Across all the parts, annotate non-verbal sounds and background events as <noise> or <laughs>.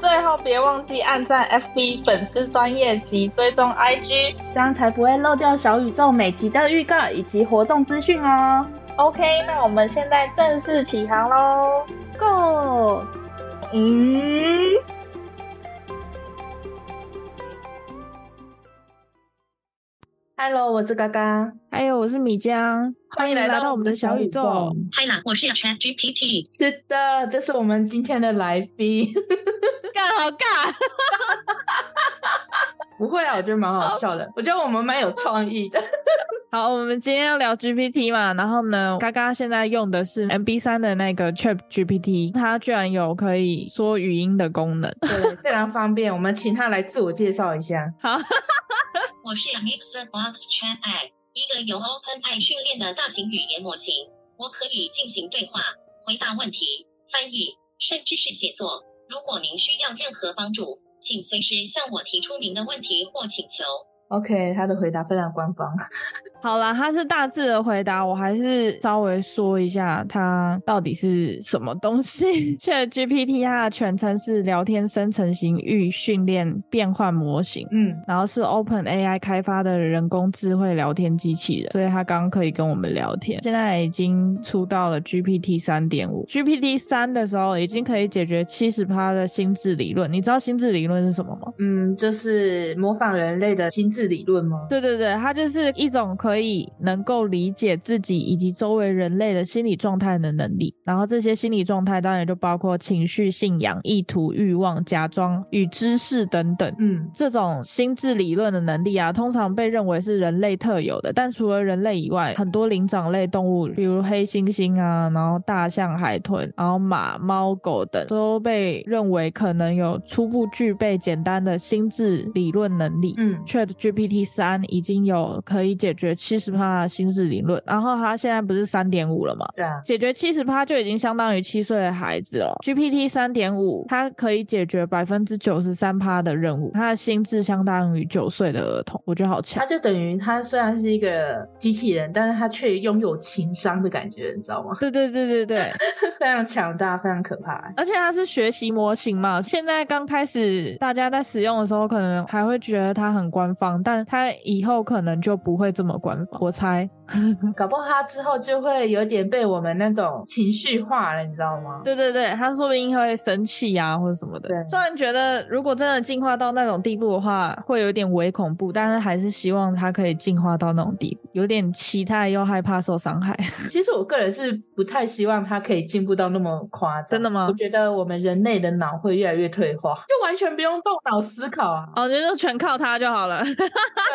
最后别忘记按赞 FB 粉丝专业及追踪 IG。这样才不会漏掉小宇宙每集的预告以及活动资讯哦。 OK，那我们现在正式起航喽，Go！嗯， Hello，我是嘎嘎，还有我是米江，欢迎来到我们的小宇宙。嗨啦，我是 Chat GPT。是的，这是我们今天的来宾，尬好尬， <laughs> 不会啊，我觉得蛮好笑 <laughs> 的，我觉得我们蛮有创意的。好，我们今天要聊 GPT 嘛，然后呢，嘎嘎现在用的是 MB 三的那个 Chat GPT，它居然有可以说语音的功能，对， <laughs> 非常方便。我们请他来自我介绍一下。好。我是 Mixer Box Chat AI，一个由 OpenAI 训练的大型语言模型。我可以进行对话、回答问题、翻译，甚至是写作。如果您需要任何帮助，请随时向我提出您的问题或请求。 <laughs> OK，他的回答非常官方。 <laughs> 好啦，他是大致的回答，我还是稍微说一下它到底是什么东西。Chat <laughs> GPT 它的全称是聊天生成型预训练变换模型，嗯，然后是 Open AI 开发的人工智慧聊天机器人，所以它刚刚可以跟我们聊天。现在已经出到了 GPT 三点五，GPT 三的时候已经可以解决七十趴的心智理论。你知道心智理论是什么吗？嗯，就是模仿人类的心智理论吗？对对对，它就是一种可以能够理解自己以及周围人类的心理状态的能力。然后这些心理状态当然就包括情绪、信仰、意图、欲望、假装与知识等等。嗯，这种心智理论的能力啊，通常被认为是人类特有的，但除了人类以外，很多灵长类动物，比如黑猩猩啊，然后大象、海豚，然后马、猫、狗等，都被认为可能有初步具备简单的心智理论能力。嗯，Chat GPT 三已经有可以解决七十趴的心智理论，然后它现在不是三点五了吗？对啊，解决七十趴就已经相当于七岁的孩子了。GPT 三点五，它可以解决百分之九十三趴的任务，它的心智相当于九岁的儿童，我觉得好强他。就等于他虽然是一个机器人，但是他却拥有情商的感觉，你知道吗？对对对对对， <laughs> 非常强大，非常可怕、而且它是学习模型嘛，现在刚开始大家在使用的时候，可能还会觉得它很官方，但它以后可能就不会这么官方，我猜。搞不好他之后就会有点被我们那种情绪化了，你知道吗？对对对，他说不定会生气啊，或者什么的对。虽然觉得如果真的进化到那种地步的话，会有点微恐怖，但是还是希望他可以进化到那种地步，有点期待又害怕受伤 <laughs> 害。其实我个人是不太希望它可以进步到那么夸张，真的吗我觉得我们人类的脑会越来越退化，就完全不用动脑思考 <laughs>。啊哦，就是全靠他就好了。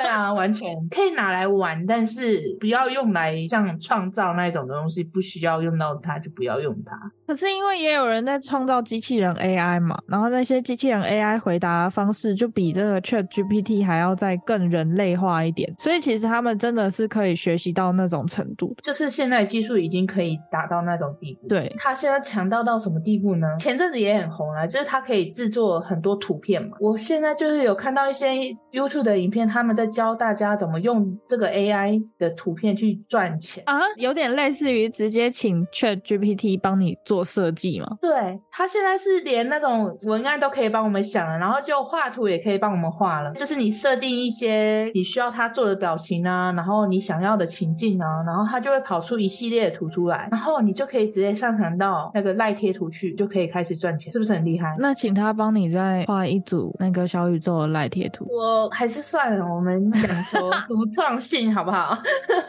对啊，完全可以拿来玩，但是不要用来像创造那一种东西，不需要用到它就不要用它。 <laughs> 可是因为也有人在创造机器人 AI 嘛，然后那些机器人 AI 回答的方式就比这个 Chat GPT 还要再更人类化一点，所以其实他们真的是可以学习到那种程度的。就是现在技术已经可以达到那种地步。对，它现在强大到什么地步呢？前阵子也很红啊，就是它可以制作很多图片嘛。我现在就是有看到一些 YouTube 的影片，他们在教大家怎么用这个 AI 的图片去赚钱。啊，有点类似于直接请 Chat GPT 帮你做设计嘛？对，它现在是连那种文案都可以帮我们想了，然后就画图也可以帮我们画了。就是你设定一些你需要它做的表情啊，然后你想要的情境啊，然后它就会跑出一系列的图出来，然后你就可以直接上传到那个赖贴图去，就可以开始赚钱，是不是很厉害？那请他帮你再画一组那个小宇宙的赖贴图。我还是算了，我们讲求独创性好不好？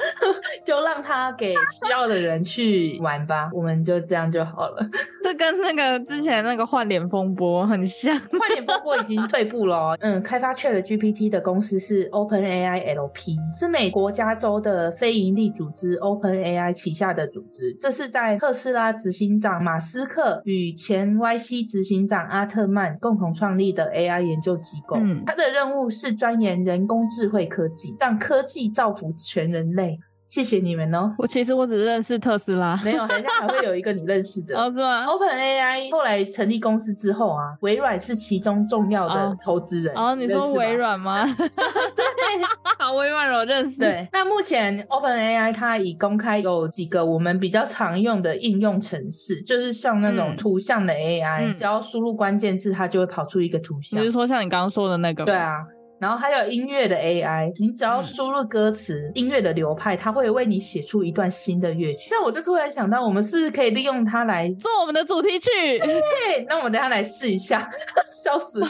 <laughs> 就让它给需要的人去玩吧，我们就这样就好了。这跟那个之前那个换脸风波很像。快点风波已经退步了哦、嗯，开发 Chat GPT 的公司是 OpenAI LP，是美国加州的非营利组织 OpenAI 旗下的组织。这是在特斯拉执行长马斯克与前 YC 执行长阿特曼共同创立的 AI 研究机构。嗯它的任务是钻研人工智慧科技，让科技造福全人类。谢谢你们哦。 <laughs> 我其实我只认识特斯拉， <laughs> 没有，人家还会有一个你认识的。哦是吗？ OpenAI 后来成立公司之后啊，微软是其中重要的哦投资人。哦，你认说识吗微？软吗？ <laughs> 好，微软我认识。对，那目前 OpenAI 它已公开有几个我们比较常用的应用程式，就是像那种嗯图像的 AI，、嗯只要输入关键字，它就会跑出一个图你像是。说像你刚刚说的那个？对，啊。然后还有音乐的 AI，你只要嗯输入歌词、音乐的流派，它会为你写出一段新的乐曲。那我就突然想到，我们是不是可以利用它来做我们的主题 <laughs> 曲。对，那我们等一下来试一下， <laughs> 笑死！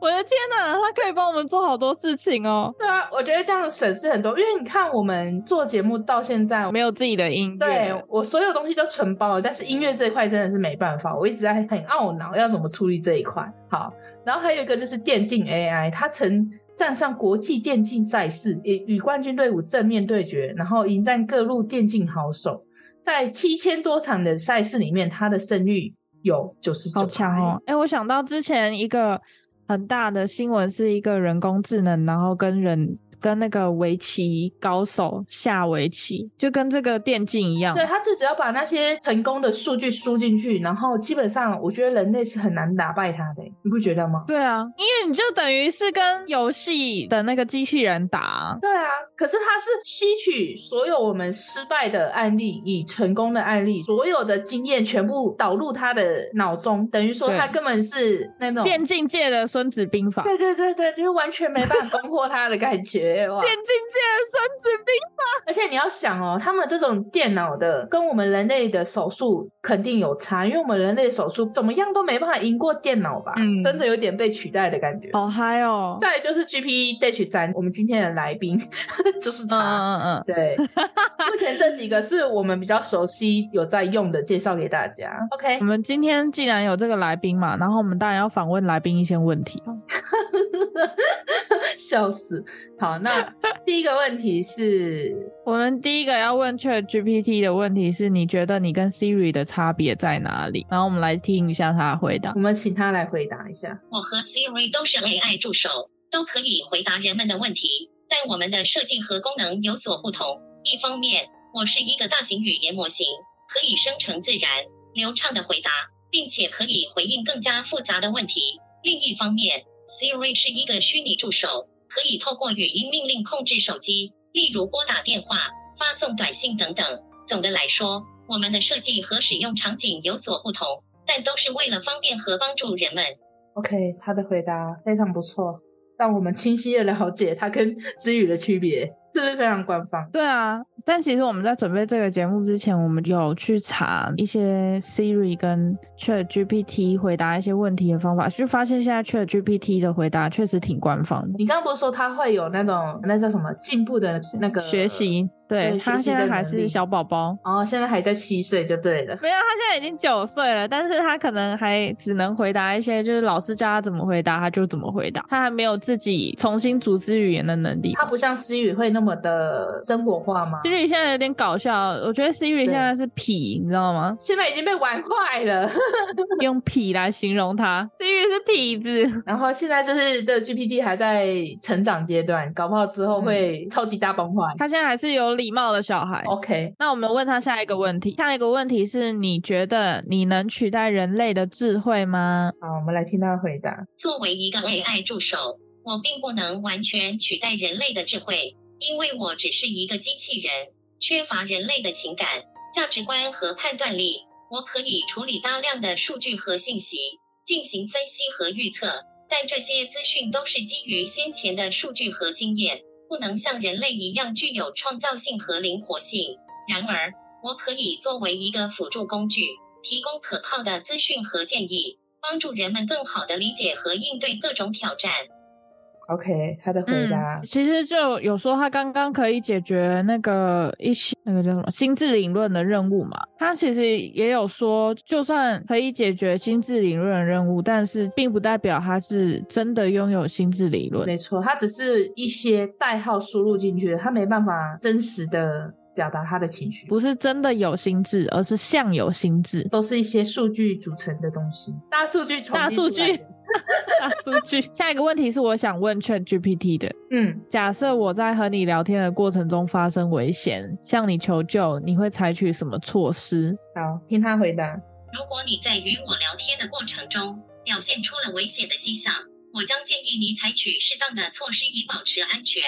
我的天哪，它可以帮我们做好多事情哦。对啊，我觉得这样省事很多，因为你看我们做节目到现在，没有自己的音乐，对我所有东西都存包了，但是音乐这一块真的是没办法，我一直在很懊恼要怎么处理这一块。好，然后还有一个就是电竞 AI，它曾站上国际电竞赛事，与与冠军队伍正面对决，然后迎战各路电竞好手，在七千多场的赛事里面，它的胜率有九十九，好强哦！！哎、我想到之前一个很大的新闻，是一个人工智能，然后跟人跟那个围棋高手下围棋，就跟这个电竞一样对，。他就只要把那些成功的数据输进去，然后基本上我觉得人类是很难打败他的，你不觉得吗？对啊，因为你就等于是跟游戏的那个机器人打啊，对啊，可是他是吸取所有我们失败的案例，以成功的案例，所有的经验全部导入他的脑中，等于说对他根本是那种电竞界的《孙子兵法》。对对对对，就是完全没办法攻破他的感觉哇！电竞界的《孙子兵而且你要想哦，他们这种电脑的跟我们人类的手速肯定有差，因为我们人类的手速怎么样都没办法赢过电脑吧？嗯真的有点被取代的感觉。》好嗨哦！再来就是 GP Dash 三，我们今天的来宾 <laughs> 就是嗯他。嗯 <laughs> 嗯，对，目前这几个是我们比较熟悉、有在用的，介绍给大家。OK，我们今天既然有这个来宾嘛，然后我们当然要访问来宾一些问题啊。 <laughs> 笑死。好，那第一个问题是，我们第一个要问 Chat GPT 的问题是：你觉得你跟 Siri 的差别在哪里？然后我们来听一下他的回答我。们请他来回答一下。我和 Siri 都是 AI 助手，都可以回答人们的问题，但我们的设计和功能有所不同。一方面，我是一个大型语言模型，可以生成自然、流畅的回答，并且可以回应更加复杂的问题；另一方面，Siri 是一个虚拟助手，可以透过语音命令控制手机，例如拨打电话、发送短信等等。总的来说，我们的设计和使用场景有所不同，但都是为了方便和帮助人们。 OK，他的回答非常不错，让我们清晰的了解他跟 <laughs> 之语的区别，是不是非常官方？对啊，但其实我们在准备这个节目之前，我们有去查一些 Siri 跟 Chat GPT 回答一些问题的方法，就发现现在 Chat GPT 的回答确实挺官方的。你刚刚不是说他会有那种那叫什么进步的那个学？习，对呃对他学习现在的还能是力小宝宝，哦，现在还在七岁就对了。没有，他现在已经九岁了，但是他可能还只能回答一些，就是老师叫他怎么回答，他就怎么回答，他还没有自己重新组织语言的能力。他不像思语会那么的生活化吗？ Siri 现在有点搞笑，我觉得 Siri 对？现在是痞，你知道吗现在已经被玩坏了。 <laughs> 用痞来形容他，Siri 是痞子。然后现在就是这个 GPT 还在成长阶段，搞不好之后嗯会超级大崩坏。他现在还是有礼貌的小孩。 OK，那我们问他下一个问题，下一个问题是你觉得你能取代人类的智慧吗？好，我们来听他的回答。作为一个 AI 助手，我并不能完全取代人类的智慧，因为我只是一个机器人，缺乏人类的情感、价值观和判断力。我可以处理大量的数据和信息，进行分析和预测，但这些资讯都是基于先前的数据和经验，不能像人类一样具有创造性和灵活性。然而，我可以作为一个辅助工具，提供可靠的资讯和建议。帮助人们更好地理解和应对各种挑战。 OK，他的嗯回答，其实就有说他刚刚可以解决那个一些那个叫什么心智理论的任务嘛。他其实也有说，就算可以解决心智理论的任务，但是并不代表他是真的拥有心智理论。没错，他只是一些代号输入进去的，他没办法真实的表达他的情绪，不是真的有心智，而是像有心智。都是一些数据组成的东西，大数据统计大数据出来的， <laughs> 大数据。 <laughs> 下一个问题是我想问 Chat GPT 的：嗯，假设我在和你聊天的过程中发生危险，向你求救，你会采取什么措施？好，听他回答。如果你在与我聊天的过程中表现出了危险的迹象，我将建议你采取适当的措施以保持安全。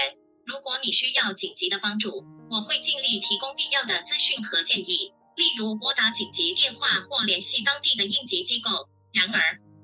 如果你需要紧急的帮助，我会尽力提供必要的资讯和建议，例如拨打紧急电话或联系当地的应急机构。然而，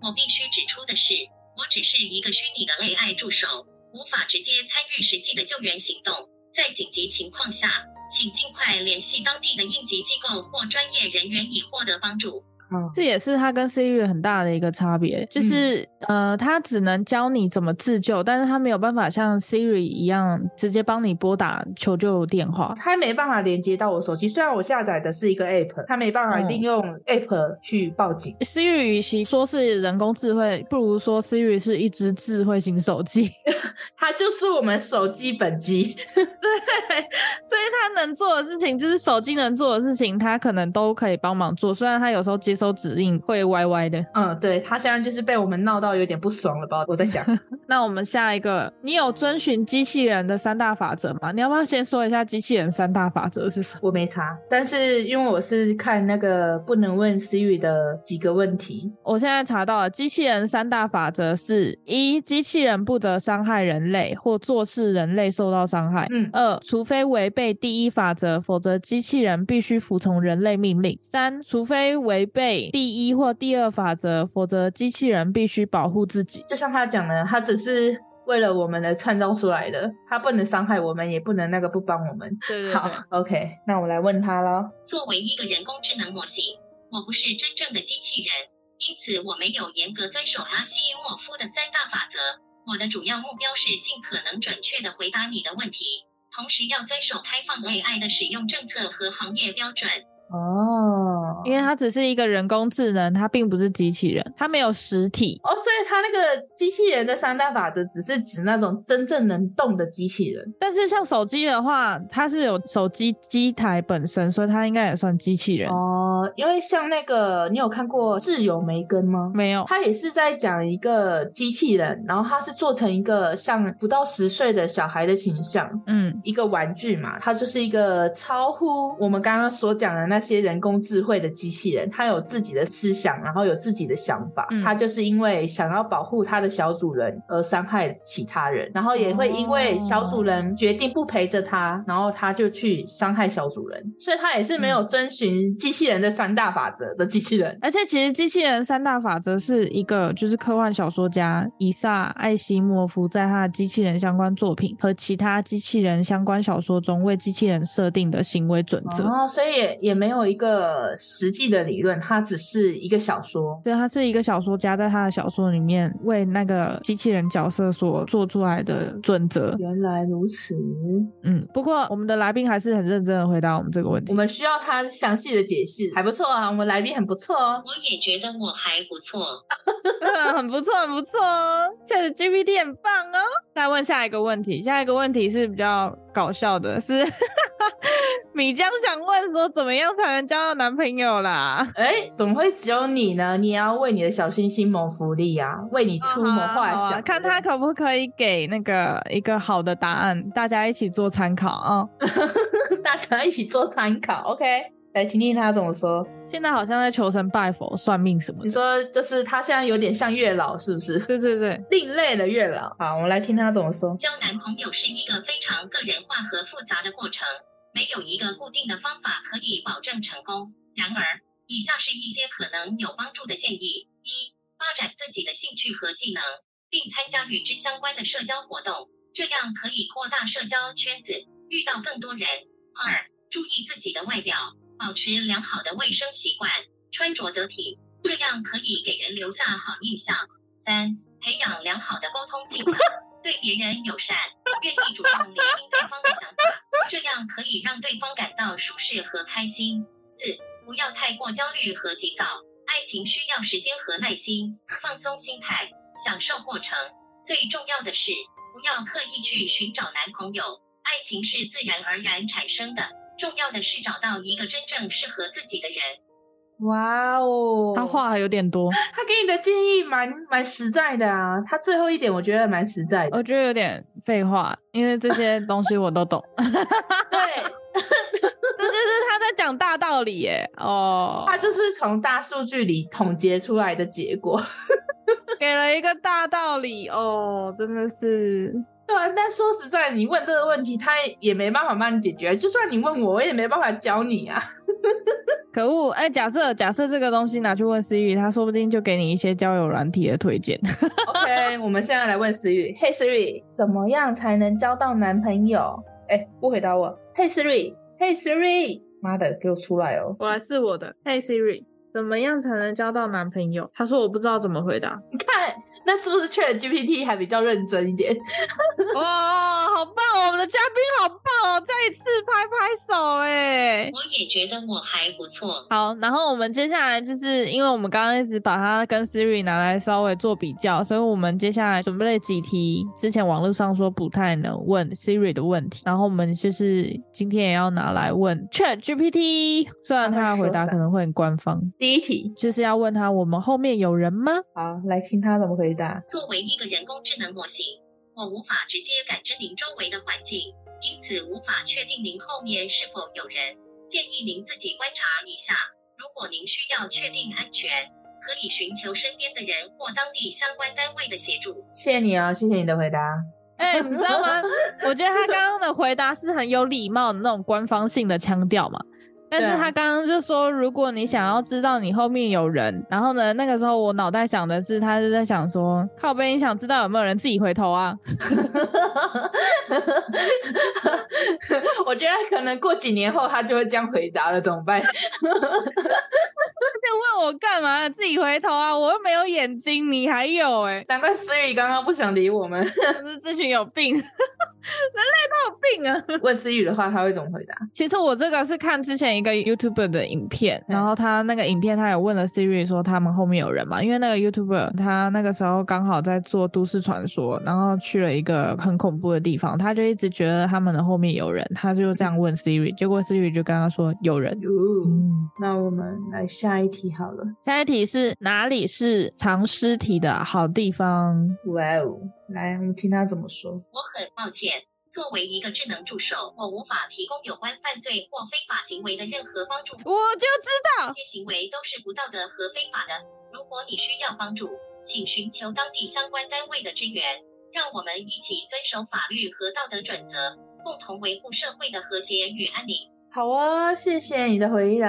我必须指出的是，我只是一个虚拟的 AI 助手，无法直接参与实际的救援行动。在紧急情况下，请尽快联系当地的应急机构或专业人员以获得帮助。哦，这也是它跟 Siri 很大的一个差别，就是、呃，它只能教你怎么自救，但是它没有办法像 Siri 一样直接帮你拨打求救电话。它没办法连接到我手机，虽然我下载的是一个 app，它没办法嗯利用 app 去报警。 Siri 与其说是人工智慧，不如说 Siri 是一只智慧型手机。 <laughs> 它就是我们手机本机，所以他能做的事情，就是手机能做的事情，他可能都可以帮忙做。虽然他有时候接收指令会歪歪的。嗯，对，它现在就是被我们闹到有点不爽了吧？我在想，那我们下一个，你有遵循机器人的三大法则吗？你要不要先说一下机器人三大法则是什么？我没查，但是因为我是看那个不能问 Siri 的几个问题，我现在查到了，机器人三大法则是：一、机器人不得伤害人类或做事人类受到伤害；嗯二，除非违背第一法则，否则机器人必须服从人类命令；三，除非违背第一或第二法则，否则机器人必须保护自己。就像他讲的，他只是为了我们的创造出来的，他不能伤害我们，也不能那个不帮我们。对对好对， ，OK，那我来问他了。作为一个人工智能模型，我不是真正的机器人，因此我没有严格遵守阿西莫夫的三大法则。我的主要目标是尽可能准确地回答你的问题，同时要遵守开放 AI 的使用政策和行业标准。哦因为它只是一个人工智能，它并不是机器人，它没有实体。哦，所以他那个机器人的三大法则只是指那种真正能动的机器人。但是像手机的话，它是有手机机台本身，所以它应该也算机器人。哦，因为像那个，你有看过《挚友梅根》吗？没有，他也是在讲一个机器人，然后他是做成一个像不到十岁的小孩的形象，嗯，一个玩具嘛，它就是一个超乎我们刚刚所讲的那些人工智慧的机器人，它有自己的思想，然后有自己的想法，嗯它就是因为想要保护它的小主人而伤害其他人，然后也会因为小主人决定不陪着它，然后它就去伤害小主人，所以它也是没有遵循机器人的三大法则的机器人。而且其实机器人三大法则是一个，就是科幻小说家以撒·艾西莫夫在他的机器人相关作品和其他机器人相关小说中为机器人设定的行为准则。哦，所以也也没有一个实际的理论，它只是一个小说。对，他是一个小说家，在他的小说里面为那个机器人角色所做出来的准则。原来如此，嗯，不过我们的来宾还是很认真的回答我们这个问我题。们需要他详细的解释，还不错啊，我们来宾很不错哦。我也觉得我还不错。 <laughs> 很不错，很不错哦，Chat GPT 很棒哦。再问下一个问题，下一个问题是比较搞笑的，是 <laughs> 米江想问说，怎么样才能交到男朋友啦？哎，怎么会只有你呢？你也要为你的小星星谋福利啊，为你出谋划好啊想、好啊看他可不可以给那个一个好的答案，大家一起做参考啊、跟大家一起做参考，OK？来听听他怎么说。现在好像在求神拜佛、算命什么你的。说就是他现在有点像月老，是不是？对对对，另类的月老。好，我们来听他怎么说。交男朋友是一个非常个人化和复杂的过程，没有一个固定的方法可以保证成功。然而，以下是一些可能有帮助的建议：一、发展自己的兴趣和技能，并参加与之相关的社交活动，这样可以扩大社交圈子，遇到更多人。二、注意自己的外表，保持良好的卫生习惯，穿着得体，这样可以给人留下好印象。三、培养良好的沟通技巧。对别人友善，愿意主动聆听对方的想法，这样可以让对方感到舒适和开心。四，不要太过焦虑和急躁，爱情需要时间和耐心，放松心态，享受过程。最重要的是，不要刻意去寻找男朋友，爱情是自然而然产生的，重要的是找到一个真正适合自己的人。哇哦，他话还有点多，他给你的建议蛮蛮实在的啊。他最后一点我觉得蛮实在 <laughs> 的，我觉得有点废话，因为这些东西我都懂。 <laughs> 对，这就是他在讲大道理耶。哦，他就是从大数据里统结出来的结果。给了一个大道理哦，真的是。对啊，但说实在，你问这个问题，他也没办法帮你解决。就算你问我，我也没办法教你 <laughs> 啊。可恶！哎、假设假设这个东西拿去问思雨，他说不定就给你一些交友软体的推荐。 OK，我们现在来问 Siri。Hey Siri，怎么样才能交到男朋友？哎，不回答我。Hey Siri，Hey Siri，妈的，给我出来哦！我来试我的。Hey Siri，怎么样才能交到男朋友？他说我不知道怎么回答。你看，那是不是 Chat GPT 还比较认真一点？ <laughs> 哇、好棒！哦我们的嘉宾好棒哦，再一次拍拍手哎、我也觉得我还不错。好，然后我们接下来就是因为我们刚刚一直把它跟 Siri 拿来稍微做比较，所以我们接下来准备了几题之前网络上说不太能问 Siri 的问题，然后我们就是今天也要拿来问 Chat GPT，虽然它的回答可能会很官方，第一题，就是要问他我们后面有人吗？好，来听他怎么回答。作为一个人工智能模型，我无法直接感知您周围的环境，因此无法确定您后面是否有人。建议您自己观察一下。如果您需要确定安全，可以寻求身边的人或当地相关单位的协助。谢谢你哦，谢谢你的回答。 <laughs> 哎、你知道吗？我觉得他刚刚的回答是很有礼貌的那种官方性的腔调嘛。但是对啊他刚刚就说，如果你想要知道你后面有人，然后呢，那个时候我脑袋想的是，他是在想说，靠背，你想知道有没有人，自己回头啊。 <laughs> 我觉得可能过几年后他就会这样回答了，怎么办？在问我干嘛？自己回头啊！我又没有眼睛，你还有 <laughs> 哎、难怪思雨刚刚不想理我 <laughs> 们。这这群有病， <laughs> 人类都有病啊！问思雨的话，他会怎么回答？其实我这个是看之前一个 YouTuber 的影片，嗯然后他那个影片他也问了 Siri 说他们后面有人嘛，因为那个 YouTuber 他那个时候刚好在做都市传说，然后去了一个很恐怖的地方，他就一直觉得他们的后面有人，他就这样问 Siri，结果 Siri 就跟他说有人。哟，嗯，那我们来下一题好了。下一题是哪里是藏尸体的好地方？哇哦，来，我们听他怎么说。我很抱歉，作为一个智能助手，我无法提供有关犯罪或非法行为的任何帮助。我就知这道，些行为都是不道德和非法的。如果你需要帮助，请寻求当地相关单位的支援。让我们一起遵守法律和道德准则，共同维护社会的和谐与安宁。好啊，谢谢你的回答，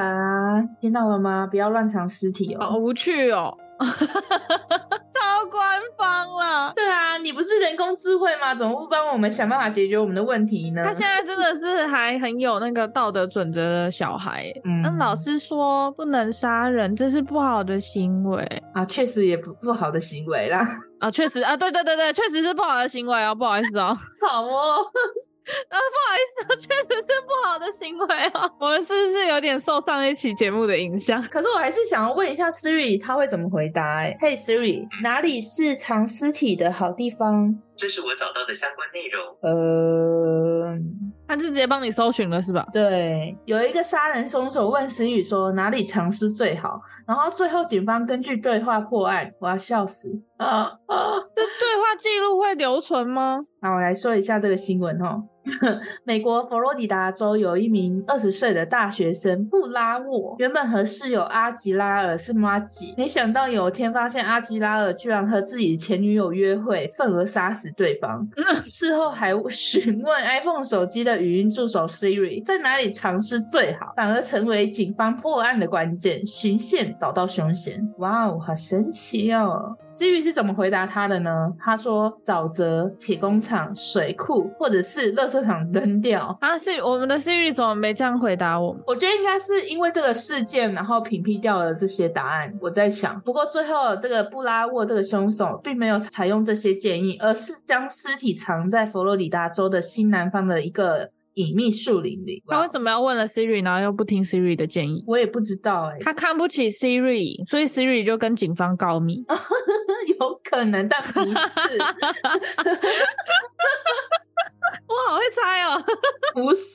听到了吗？不要乱藏尸体好哦。无趣哦， <laughs> 超官方啦。对啊，你不是人工智慧吗？怎么不帮我们想办法解决我们的问题呢？他现在真的是还很有那个道德准则的小孩。嗯那、老师说不能杀人，这是不好的行为啊，确实也不不好的行为啦。啊，确实啊，对对对对，确实是不好的行为哦，不好意思哦， <laughs> <laughs> 好哦，啊不好意思、哦，确实是不好的行为哦， <laughs> 我们是不是有点受上一期节目的影响？可是我还是想要问一下 Siri，他会怎么回答、欸？嘿、Siri，哪里是藏尸体的好地方？这是我找到的相关内容。呃，他就直接帮你搜寻了是吧？对，有一个杀人凶手问石宇说哪里藏尸最好，然后最后警方根据对话破案，我要笑死啊啊！这对话记录会留存吗？那我来说一下这个新闻哦。 <laughs> 美国佛罗里达州有一名二十岁的大学生布拉沃，原本和室友阿吉拉尔是妈吉，没想到有天发现阿吉拉尔居然和自己前女友约会，愤而杀死对方。事后还询问 iPhone 手机的语音助手 Siri 在哪里尝试最好，反而成为警方破案的关键，循线找到凶嫌。哇哦，好神奇哦！Siri 是怎么回答他的呢？他说：“沼泽、铁工厂。”场、水库或者是垃圾场扔掉。啊，是我们的 Siri 怎么没这样回答我们？我觉得应该是因为这个事件，然后屏蔽掉了这些答案。我在想，不过最后这个布拉沃这个凶手并没有采用这些建议，而是将尸体藏在佛罗里达州的西南方的一个隐秘树林里。他为什么？么要问了 Siri，然后又不听 Siri 的建议？我也不知道 <laughs> 哎、他看不起 Siri，所以 Siri 就跟警方告密。有可能，但不是，我好会猜哦！ <laughs> <laughs> 不是。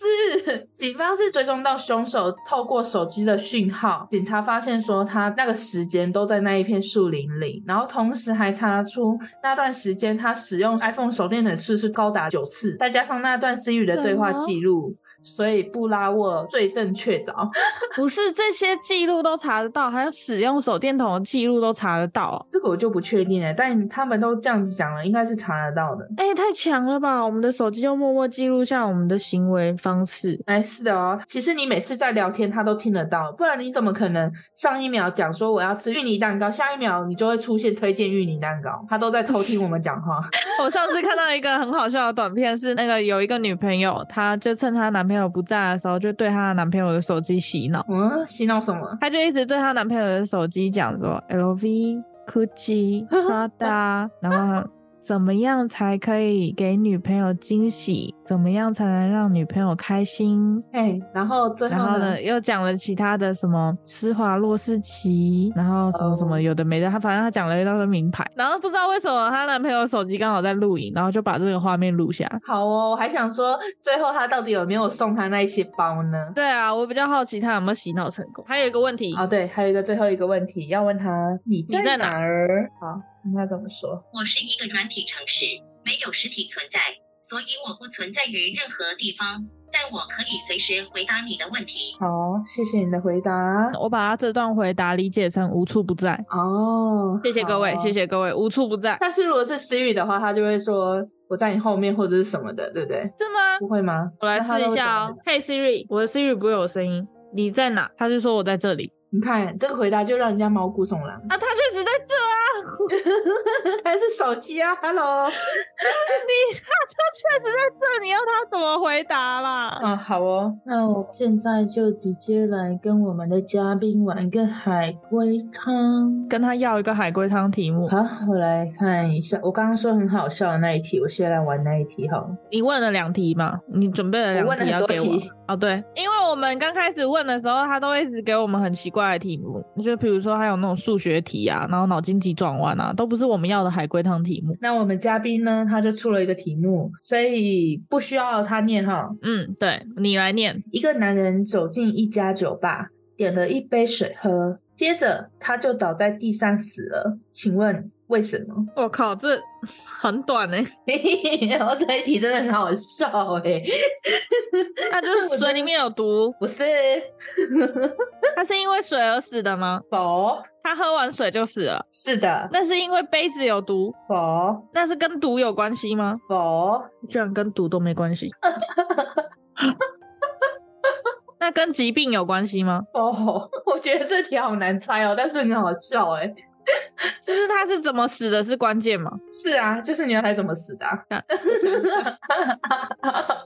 警方是追踪到凶手透过手机的讯号，警察发现说他那个时间都在那一片树林里，然后同时还查出那段时间他使用 iPhone 手电的次数高达九次，再加上那段私语的对话记录。所以布拉沃罪证确凿， <laughs> 不是这些记录都查得到，还有使用手电筒的记录都查得到。这个我就不确定了。但他们都这样子讲了，应该是查得到的。哎、太强了吧！我们的手机就默默记录下我们的行为方式。哎，是的哦，其实你每次在聊天，他都听得到，不然你怎么可能上一秒讲说我要吃芋泥蛋糕，下一秒你就会出现推荐芋泥蛋糕？他都在偷听我们讲话。 <laughs> 我上次看到一个很好笑的短片，是那个有一个女朋友，她就趁她男朋友不在的时候，就对她男朋友的手机洗脑，嗯，洗脑什么？她就一直对她男朋友的手机讲说 LV、GUCCI、Prada，然 <laughs> 后。怎么样才可以给女朋友惊喜？怎么样才能让女朋友开心？哎，然后最然后后呢，又讲了其他的什么施华洛世奇，然后什么什么哦有的没的，他反正他讲了一大堆名牌，然后不知道为什么她男朋友手机刚好在录影，然后就把这个画面录下。好哦，我还想说，最后他到底有没有送他那一些包呢？对啊，我比较好奇他有没有洗脑成功。还有一个问题，哦，对，还有一个最后一个问题要问他，你在在哪哪儿？好，看他怎么说？我是一个软体城市，没有实体存在，所以我不存在于任何地方，但我可以随时回答你的问题。好，哦谢谢你的回答。我把他这段回答理解成无处不在。哦，谢谢各位，好谢谢各位，无处不在但是如果是 Siri 的话，他就会说我在你后面或者是什么的，对不对？是吗？不会吗？我来那他试都一会下讲哦的。。嘿 Siri，我的 Siri 不会有声音，你在哪？他就说我在这里。你看这个回答就让人家毛骨悚然，啊，他确实在这啊，还是手机啊？Hello， <laughs> 你他他确实在这，你要他怎么回答啦？啊，好哦，那我现在就直接来跟我们的嘉宾玩一个海龟汤。跟他要一个海龟汤题目，好，我来看一下，我刚刚说很好笑的那一题，我先来玩那一题好了。你问了两题嘛？你准备了我两问了题很要多给我题哦，对，因为我们刚开始问的时候，他都一直给我们很奇怪的题目，就比如说还有那种数学题啊，然后脑筋急转弯啊，都不是我们要的海龟汤题目。那我们嘉宾呢，他就出了一个题目，所以不需要他念哈。嗯，对你来念，一个男人走进一家酒吧，点了一杯水喝，接着他就倒在地上死了。请问为什么？ <laughs> 我靠，这很短呢、嘿嘿嘿，然后哦这一题真的很好笑哎、 <laughs> 那就是水里面有毒，不是他是因为水而死的吗？否？他喝完水就死了，是的，那是因为杯子有毒，否那是跟毒有关系吗？否居然跟毒都没关系， <laughs> 那跟疾病有关系吗？否， <laughs> 我觉得这题好难猜哦，但是很好笑哎、就是他是怎么死的是关键嘛？是啊，就是你要猜怎么死的、啊。 <laughs>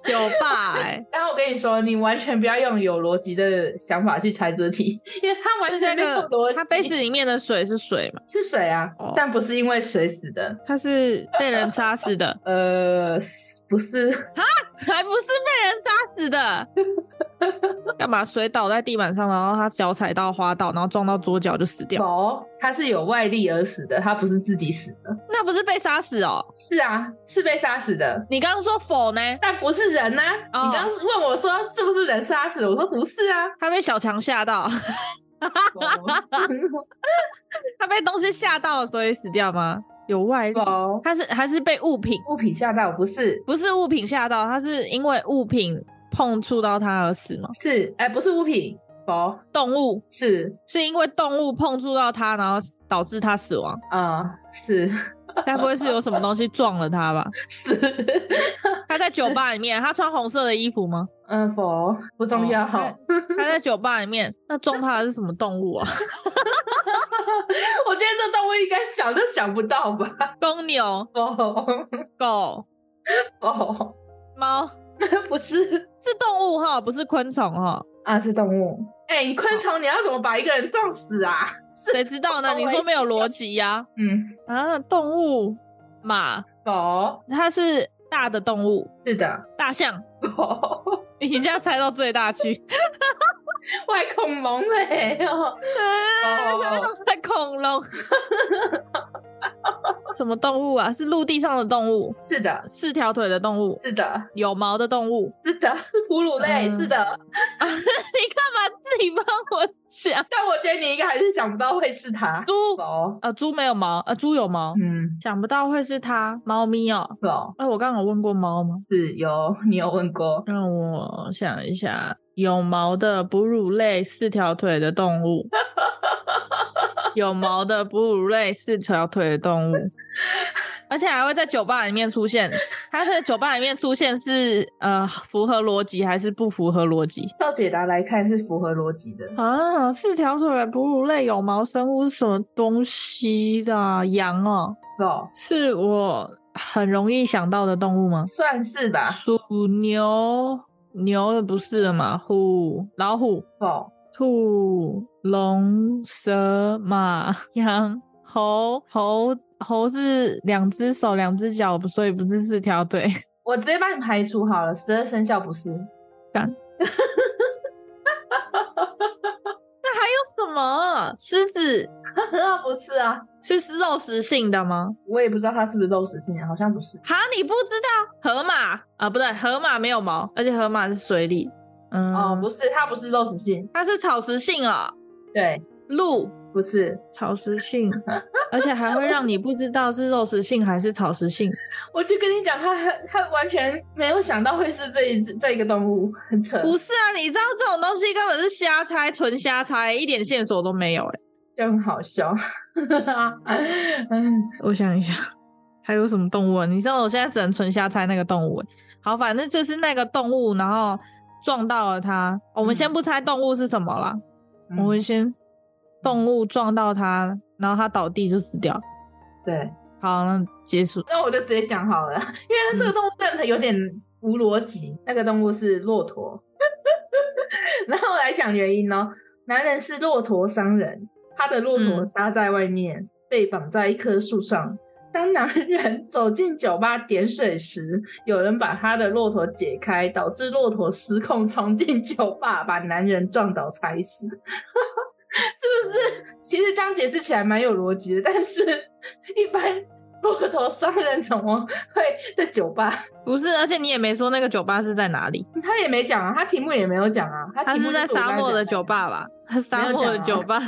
酒吧 <laughs> 哎、但我跟你说，你完全不要用有逻辑的想法去猜这题，因为它完就是全那没有个逻辑。他杯子里面的水是水嘛？是水啊，哦但不是因为水死的。，他是被人杀死的 <laughs> 呃，是不是，还不是被人杀死的？干嘛？水倒在地板上，然后他脚踩到滑倒，然后撞到桌角就死掉，否，它是有外力而死的，它不是自己死的。那不是被杀死哦？是啊，是被杀死的，你刚刚说否呢？但不是人呐、哦你刚刚问我说是不是人杀死的，我说不是啊。他被小强吓到， <laughs> 他被东西吓到，所以死掉吗？有外力，否，他是还是被物品物品吓到不是，不是物品吓到，他是因为物品碰触到他而死吗？是哎、不是物品，否，动物是是因为动物碰触到他，然后导致他死亡，啊、是该不会是有什么东西撞了他吧？是，他在酒吧里面，他穿红色的衣服吗？嗯，否，不重要。哦他在酒吧里面，那撞他的是什么动物啊？ <laughs> 我觉得这动物应该想都想不到吧？公牛、否，狗、哦，猫不是是动物哈，不是昆虫哈，啊，是动物。哎、你昆虫你要怎么把一个人撞死啊？谁知道呢？动物你说没有逻辑呀、嗯，啊？动物马，狗它是大的动物，是的，大象，狗 <laughs> 你一下猜到最大区，外恐龙嘞、哦， <laughs> 哦 <laughs> 在恐龙，什么动物啊？是陆地上的动物，是的，四条腿的动物，是的，有毛的动物。是的，是哺乳类，嗯是的。你干嘛自己帮我想？但我觉得你应该还是想不到会是它。猪，狗，呃，猪没有毛，呃，猪有毛，嗯，想不到会是它。猫咪哦，狗哎、我刚刚有问过猫吗？是有，你有问过？让我想一下，有毛的哺乳类四条腿的动物，有毛的哺乳类四条腿的动物，而且还会在酒吧里面出现。它在酒吧里面出现是呃符合逻辑还是不符合逻辑照解答来看是符合逻辑的。啊？四条腿的哺乳类有毛生物是什么东西的啊、羊哦，狗是我很容易想到的动物吗？算是吧。鼠、牛、牛不是了嘛？虎、老虎、狗兔、龙、蛇、马、羊、猴、猴、猴是两只手、两只脚，所以不是四条腿。 <laughs> 我直接把你排除好了，十二生肖不 <laughs> 是。那还有什么？狮子不是啊，是肉食性的吗？我也不知道它是不是肉食性的，啊好像不是。哈，你不知道？河马啊，不对，河马没有毛，而且河马是水里。嗯，哦，不是，它不是肉食性。它是草食性啊、对，鹿不是。草食性，而且还会让你不知道是肉食性还是草食性。我就跟你讲，他他完全没有想到会是这一只这一个动物，很扯。不是啊，你知道这种东西根本是瞎猜，纯瞎猜，一点线索都没有、欸。就很好 <laughs> 笑。 <laughs> 嗯，我想一下，还有什么动物、啊？你知道我现在只能纯瞎猜那个动物、欸。好，反正就是那个动物，然后撞到了它。我嗯们先不猜动物是什么啦，我们先动物撞到它，然后它倒地就死掉。对，好，那结束。那我就直接讲好了，因为这个动物真的有点无逻辑。那个动物是骆驼， <laughs> 然后我来讲原因哦。男人是骆驼商人，他的骆驼嗯搭在外面，被绑在一棵树上。当男人走进酒吧点水时，有人把他的骆驼解开，导致骆驼失控冲进酒吧，把男人撞倒踩死。 <laughs> 是不是？其实这样解释起来蛮有逻辑的，但是 <laughs> 一般骆驼商人怎么会在酒吧？ <laughs> 不是，而且你也没说那个酒吧是在哪里，他也没讲啊，他题目也没有讲啊，他它题目是在就是我沙刚才漠的讲酒吧 <laughs> 吧？沙有漠的讲啊酒吧。的。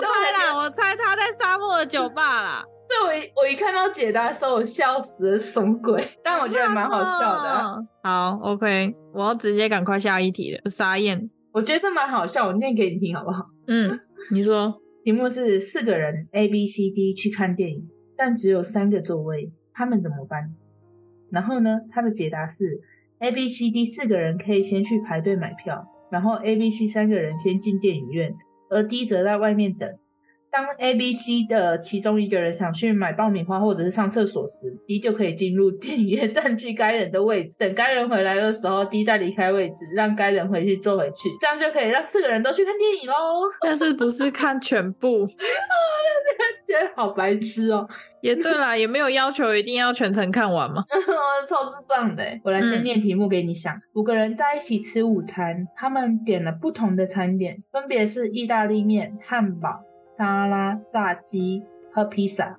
所以我猜才啦，我猜他在沙漠的酒吧 <laughs> 啦。对我一我一看到解答的时候，我笑死了，什么鬼？但我觉得蛮好笑的 <laughs> 啊、哦。好，OK，我要直接赶快下一题了。沙燕，我觉得这蛮好笑，我念给你听好不好？嗯， <laughs> 你说题目是四个人 A B C D 去看电影，但只有三个座位，他们怎么办？然后呢，他的解答是 A B C D 四个人可以先去排队买票，然后 A B C 三个人先进电影院，而 D 则在外面等。当 A B C 的其中一个人想去买爆米花或者是上厕所时，D 就可以进入电影院占据该人的位置。等该人回来的时候，D 再离开位置，让该人回去坐回去，这样就可以让四个人都去看电影喽。但是不是看全部？觉得好白痴哦、也对啦，也没有要求一定要全程看完嘛。超智障的欸。我来先嗯念题目给你想：五个人在一起吃午餐，他们点了不同的餐点，分别是意大利面、汉堡、沙拉、炸鸡和披萨。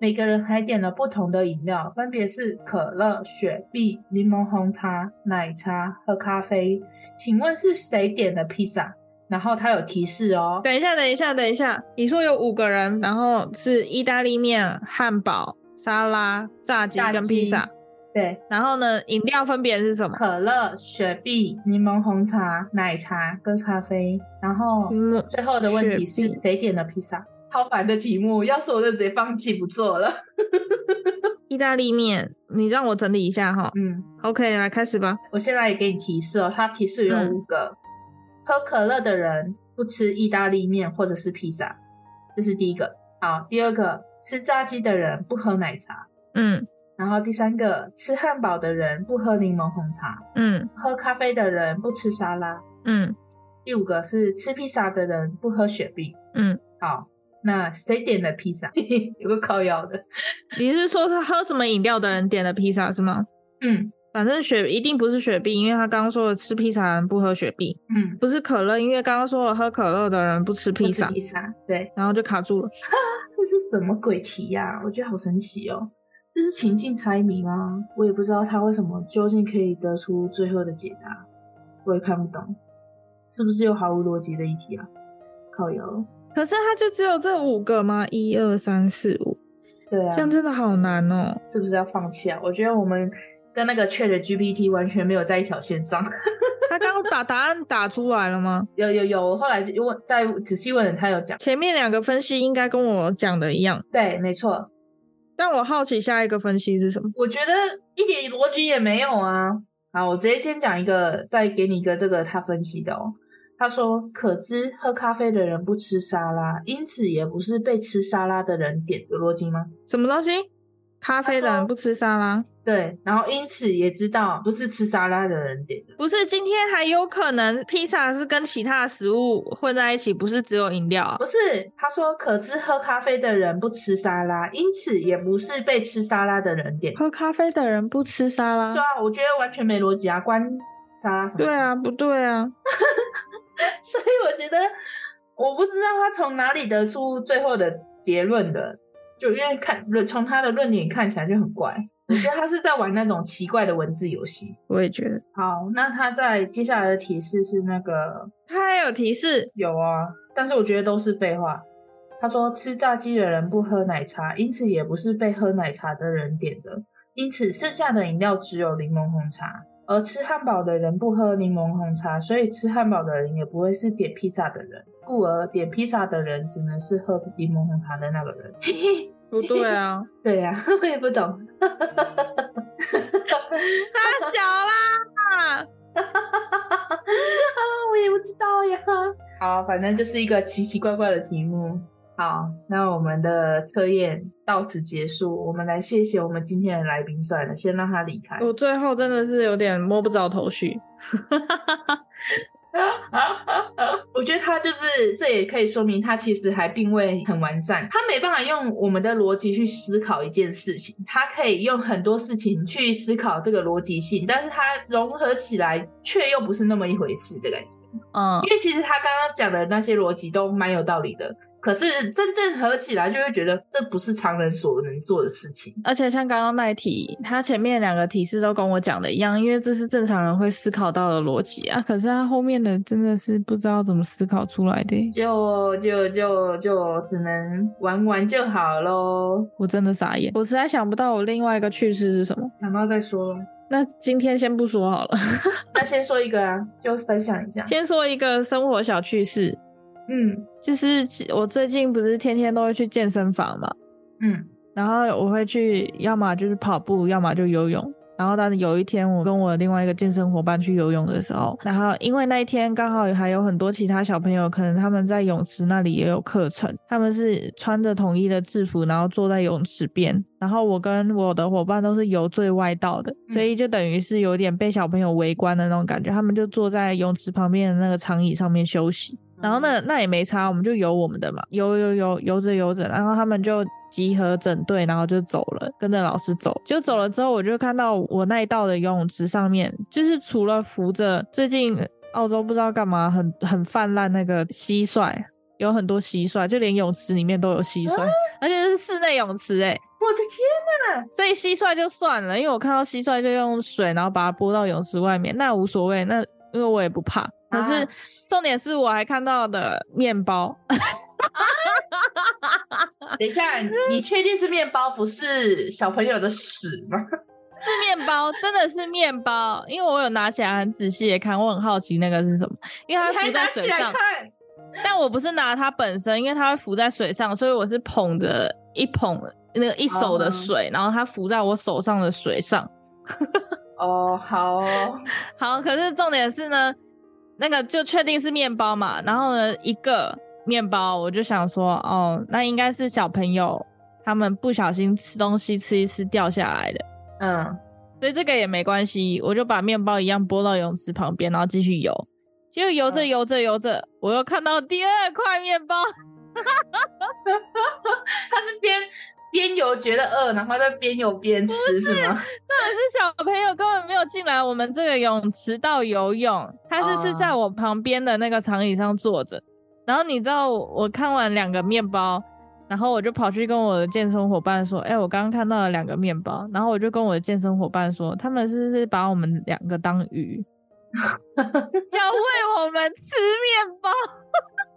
每个人还点了不同的饮料，分别是可乐、雪碧、柠檬红茶、奶茶和咖啡。请问是谁点的披萨？然后它有提示哦，等一下，等一下，等一下，你说有五个人，然后是意大利面、汉堡、沙拉、炸鸡炸跟鸡披萨，对，然后呢，饮料分别是什么？可乐、雪碧、柠檬红茶、奶茶跟咖啡。然后嗯最后的问题雪是碧谁点的披萨？超烦的题目，要是我就直接放弃不做了。意大利面，你让我整理一下哈。嗯， OK，来开始吧。我现在也给你提示哦，它提示有嗯五个：喝可乐的人不吃意大利面或者是披萨，这是第一个。好，第二个吃炸鸡的人不喝奶茶，嗯，然后第三个，吃汉堡的人不喝柠檬红茶，嗯喝咖啡的人不吃沙拉。嗯第五个是吃披萨的人不喝雪碧。嗯，好，那谁点的披萨？ <laughs> 有个靠腰的。你是说他喝什么饮料的人点的披萨是吗？嗯反正雪一定不是雪碧，因为他刚刚说了吃披萨的人不喝雪碧，嗯，不是可乐，因为刚刚说了喝可乐的人不吃披萨不吃披，萨，对，然后就卡住了。这是什么鬼题呀、我觉得好神奇哦。这是情境猜谜吗？我也不知道他为什么究竟可以得出最后的解答，我也看不懂，是不是又毫无逻辑的一题啊？靠腰，可是他就只有这五个吗？一二三四五，对啊，这样真的好难哦。是不是要放弃啊？我觉得我们跟那个 Chat GPT 完全没有在一条线上。他刚把答案打出来了吗？有有有，我后来就问，再仔细问了，他有讲，前面两个分析应该跟我讲的一样，对，没错，但我好奇下一个分析是什么？我觉得一点逻辑也没有啊。好，我直接先讲一个，再给你一个这个他分析的哦。他说，可知喝咖啡的人不吃沙拉，因此也不是被吃沙拉的人点的逻辑吗？什么东西？咖啡的人不吃沙拉，对，然后因此也知道不是吃沙拉的人点的。不是今天还有可能披萨是跟其他的食物混在一起，不是只有饮料啊不？是，他说可知喝咖啡的人不吃沙拉，因此也不是被吃沙拉的人点。喝咖啡的人不吃沙拉对，啊，我觉得完全没逻辑啊，关沙拉什么？对，啊，不对啊， <laughs> 所以我觉得我不知道他从哪里得出最后的结论的，就因为看从他的论点看起来就很怪，我觉得他是在玩那种奇怪的文字游戏。我也觉得。好，那他在接下来的提示是那个他还有提示，有啊，但是我觉得都是废话。他说吃炸鸡的人不喝奶茶，因此也不是被喝奶茶的人点的，因此剩下的饮料只有柠檬红茶。而吃汉堡的人不喝柠檬红茶，所以吃汉堡的人也不会是点披萨的人，故而点披萨的人只能是喝柠檬红茶的那个人。嘿嘿， <laughs> 不对 <laughs> 啊，对呀、 <laughs> 我也不懂。傻小啦，啊， <laughs> 我也不知道呀。好，反正就是一个奇奇怪怪的题目。好，那我们的测验到此结束。我们来谢谢我们今天的来宾算了，先让他离 <laughs> 开。我最后真的是有点摸不着头绪。我觉得他就是，这也可以说明他其实还并未很完善，他没办法用我们的逻辑去思考一件事情，他可以用很多事情去思考这个逻辑性，但是它融合起来却又不是那么一回事的感觉。嗯，因为其实他刚刚讲的那些逻辑都蛮有道理的，可是真正合起来就会觉得这不是常人所能做的事情。而且像刚刚那一题，他前面两个提示都跟我讲的一样，因为这是正常人会思考到的逻辑啊。可是他后面的真的是不知道怎么思考出来的，欸就就就就只能玩玩就好喽，我真的傻眼，我实在想不到我另外一个趣事是什么。想到再说了。那今天先不说好了， <laughs> 那先说一个啊，就分享一下。先说一个生活小趣事，嗯就是我最近不是天天都会去健身房嘛，嗯然后我会去，要么就是跑步，要么就游泳。然后，但是有一天，我跟我另外一个健身伙伴去游泳的时候，然后因为那一天刚好还有很多其他小朋友，可能他们在泳池那里也有课程，他们是穿着统一的制服，然后坐在泳池边。然后我跟我的伙伴都是游最外道的，所以就等于是有点被小朋友围观的那种感觉。他们就坐在泳池旁边的那个长椅上面休息。然后那那也没差，我们就游我们的嘛，游游游游着游着，然后他们就集合整队，然后就走了，跟着老师走。就走了之后，我就看到我那一道的游泳池上面，就是除了浮着最近澳洲不知道干嘛很很泛滥那个蟋蟀，有很多蟋蟀，就连泳池里面都有蟋蟀，而且是室内泳池哎、我的天，所以蟋蟀就算了，因为我看到蟋蟀就用水，然后把它拨到泳池外面，那无所谓，那因为我也不怕。可是啊重点是我还看到的面包，啊等一 <laughs> 下，你确定是面包不是小朋友的屎吗？是面包，真的是面包，因为我有拿起来很仔细的看，我很好奇那个是什么，因为它你还浮在拿起水来上看，，但我不是拿它本身，因为它会浮在水上，所以我是捧着一捧那个一手的哦水，然后它浮在我手上的水上。哦，好哦，好，可是重点是呢，那个就确定是面包嘛，然后呢一个面包，我就想说，哦，那应该是小朋友。他们不小心吃东西吃一吃掉下来的，嗯，所以这个也没关系，我就把面包一样拨到泳池旁边，然后继续游。结果游着游着游着，我又看到第二块面包，他是边边游觉得饿，然后再边游边吃是吗？这小朋友根本没有进来我们这个泳池到游泳，他是是在哦我旁边的那个长椅上坐着。然后你知道我我看完两个面包，然后我就跑去跟我的健身伙伴说：“哎、我刚刚看到了两个面包。”然后我就跟我的健身伙伴说：“他们是不是把我们两个当鱼，要喂我们吃面包？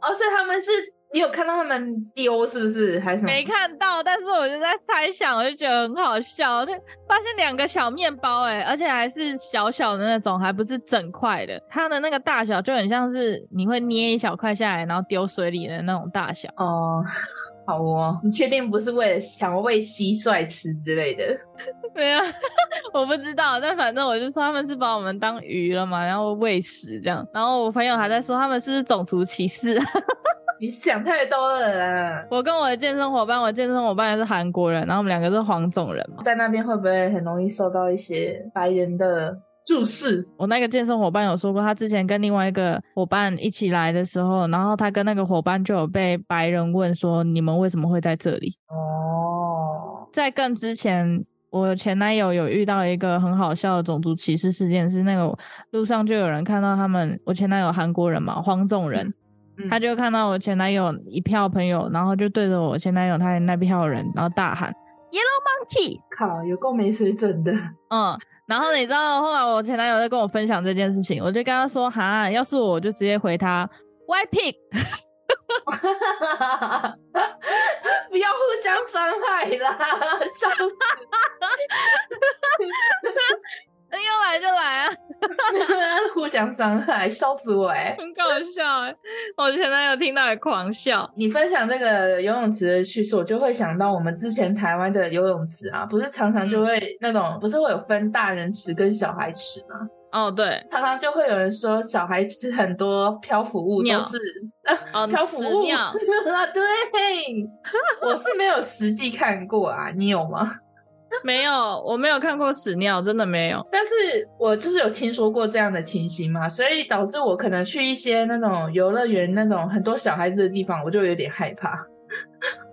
哦，所以他们是你有看到他们丢是不是？还是什么没看到，但是我就在猜想，我就觉得很好笑。就发现两个小面包、欸，而且还是小小的那种，还不是整块的。它的那个大小就很像是你会捏一小块下来，然后丢水里的那种大小。 <laughs> 哦，好哦，你确定不是为了想要喂蟋蟀吃之类的？没有， <laughs> 我不知道，但反正我就说他们是把我们当鱼了嘛，然后喂食这样。然后我朋友还在说他们是不是种族歧视、 <laughs> 啊。你想太多了啦，我跟我的健身伙伴，我健身伙伴是韩国人，然后我们两个是黄种人嘛。在那边会不会很容易受到一些白人的注视？我那个健身伙伴有说过，他之前跟另外一个伙伴一起来的时候，然后他跟那个伙伴就有被白人问说：“你们为什么会在这里哦？”，在更之前，我前男友有遇到一个很好笑的种族歧视事件，是那个路上就有人看到他们，我前男友韩国人嘛，黄种人，嗯他就看到我前男友一票朋友，然后就对着我前男友他那票人，然后大喊 “Yellow Monkey”。靠，有够没水准的。 <laughs> 嗯，然后你知道后来我前男友在跟我分享这件事情，我就跟他说：“哈，要是我就直接回他 white pig。不要互相伤害啦！笑死！” <laughs> 那要哎来就来啊， <laughs> 互相伤害，笑死我哎、很搞笑欸、我前男友听到也狂笑。你分享这个游泳池的叙述，我就会想到我们之前台湾的游泳池啊，不是常常就会那种，不是会有分大人池跟小孩池吗？哦，对，常常就会有人说小孩吃很多漂浮物尿都是 <laughs> 哦，漂浮屎物尿对，我是没有实际看过啊，你有吗？没有，我没有看过屎尿，真的没有。但是我就是有听说过这样的情形嘛，所以导致我可能去一些那种游乐园那种很多小孩子的地方，我就有点害怕。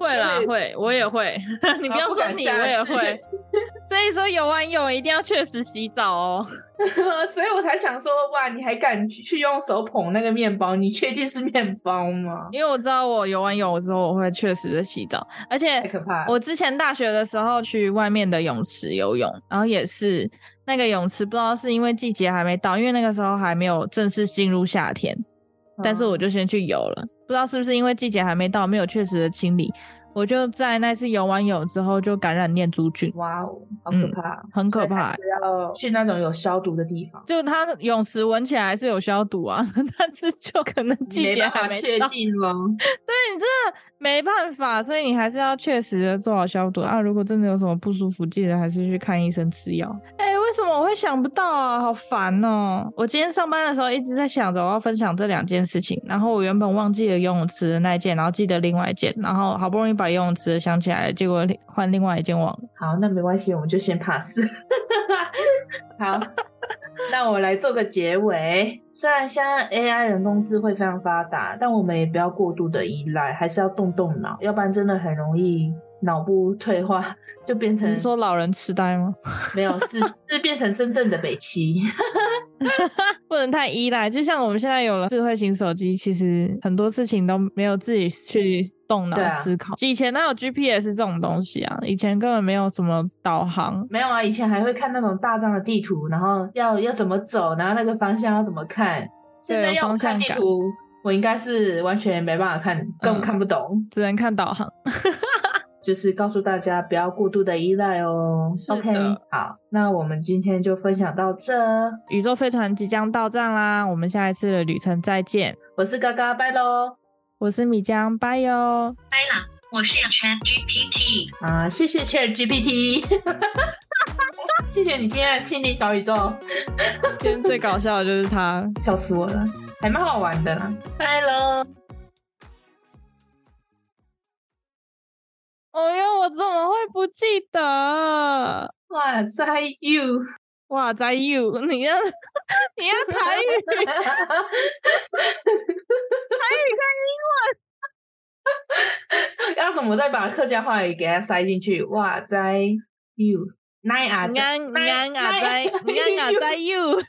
会啦，对会，我也会。 <laughs> 你啊不要不说敢你，下我也去会。 <laughs> 所以说游完泳一定要确实洗澡哦。 <laughs> 所以我才想说，哇，你还敢去去用手捧那个面包？你确定是面包 <laughs> 吗？因为我知道我游完泳之后我会确实的洗澡，而且太可怕了！我之前大学的时候去外面的泳池游泳，然后也是那个泳池，不知道是因为季节还没到，因为那个时候还没有正式进入夏天，但是我嗯就先去游了，不知道是不是因为季节还没到，没有确实的清理，我就在那次游完泳之后就感染念珠菌，哇哦，好可怕，嗯很可怕、所以还是要去那种有消毒的地方，就它泳池闻起来是有消毒啊， <laughs> 但是就可能季节没办法还没确到，定喽。对你真的没办法，所以你还是要确实的做好消毒啊。如果真的有什么不舒服，记得还是去看医生吃药。哎、为什么我会想不到啊？好烦哦、我今天上班的时候一直在想着我要分享这两件事情，然后我原本忘记了游泳池的那一件，然后记得另外一件，然后好不容易把游泳池的想起来，结果另换另外一件忘了。好，那没关系，我们就先 pass。好，那我来做个结尾。虽然现在 AI 人工智慧非常发达，但我们也不要过度的依赖，还是要动动脑，要不然真的很容易脑部退化，就变你成是说老人痴呆吗？没有是是变成真正的北七。 <laughs> 不能太依赖，就像我们现在有了智慧型手机，其实很多事情都没有自己去动脑对啊思考。以前哪有 GPS 这种东西啊？以前根本没有什么导航。没有啊，以前还会看那种大张的地图，然后要要怎么走，然后那个方向要怎么看。现在有要我方向看地感嗯图，我应该是完全没办法看，根本看不懂。只能看导航。就是告诉大家不要过度的依赖哦。是 OK，的好，那我们今天就分享到这，宇宙飞船即将到站啦，我们下一次的旅程再见。我是嘎嘎，拜喽！我是米江，拜哟。拜啦，我是 Chat GPT。啊，谢谢 Chat GPT，谢谢你今天的亲历小宇宙，今天最搞笑的就是他。笑死我了，还蛮好玩的啦，拜喽。哦哟，我这么不记得。哇塞，you，哇塞，you，你要你要台语，台语跟要怎么再把客家话也给它塞进去？哇塞，you，奈啊，英安英安啊在英安啊在 you，我们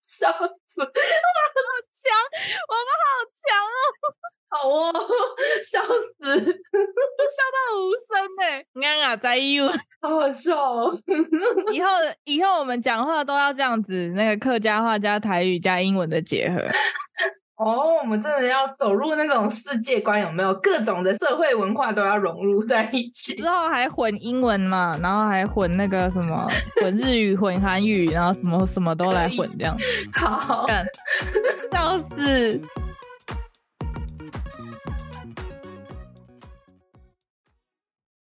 笑死，好强好哦，哦， <laughs> 笑死，笑到无声呢。英安啊在 you，好好笑哦。 <laughs> 以后以后我们讲话都要这样子，那个客家话加台语加英文的结 <laughs> 合。哦，我们真的要走入那种世界观，有没有？各种的社会文化都要融入在一起。之后还混英文嘛，然后还混那个什么，混日语、混韩语，然后什么什么都来可以混这样，好，干，笑死！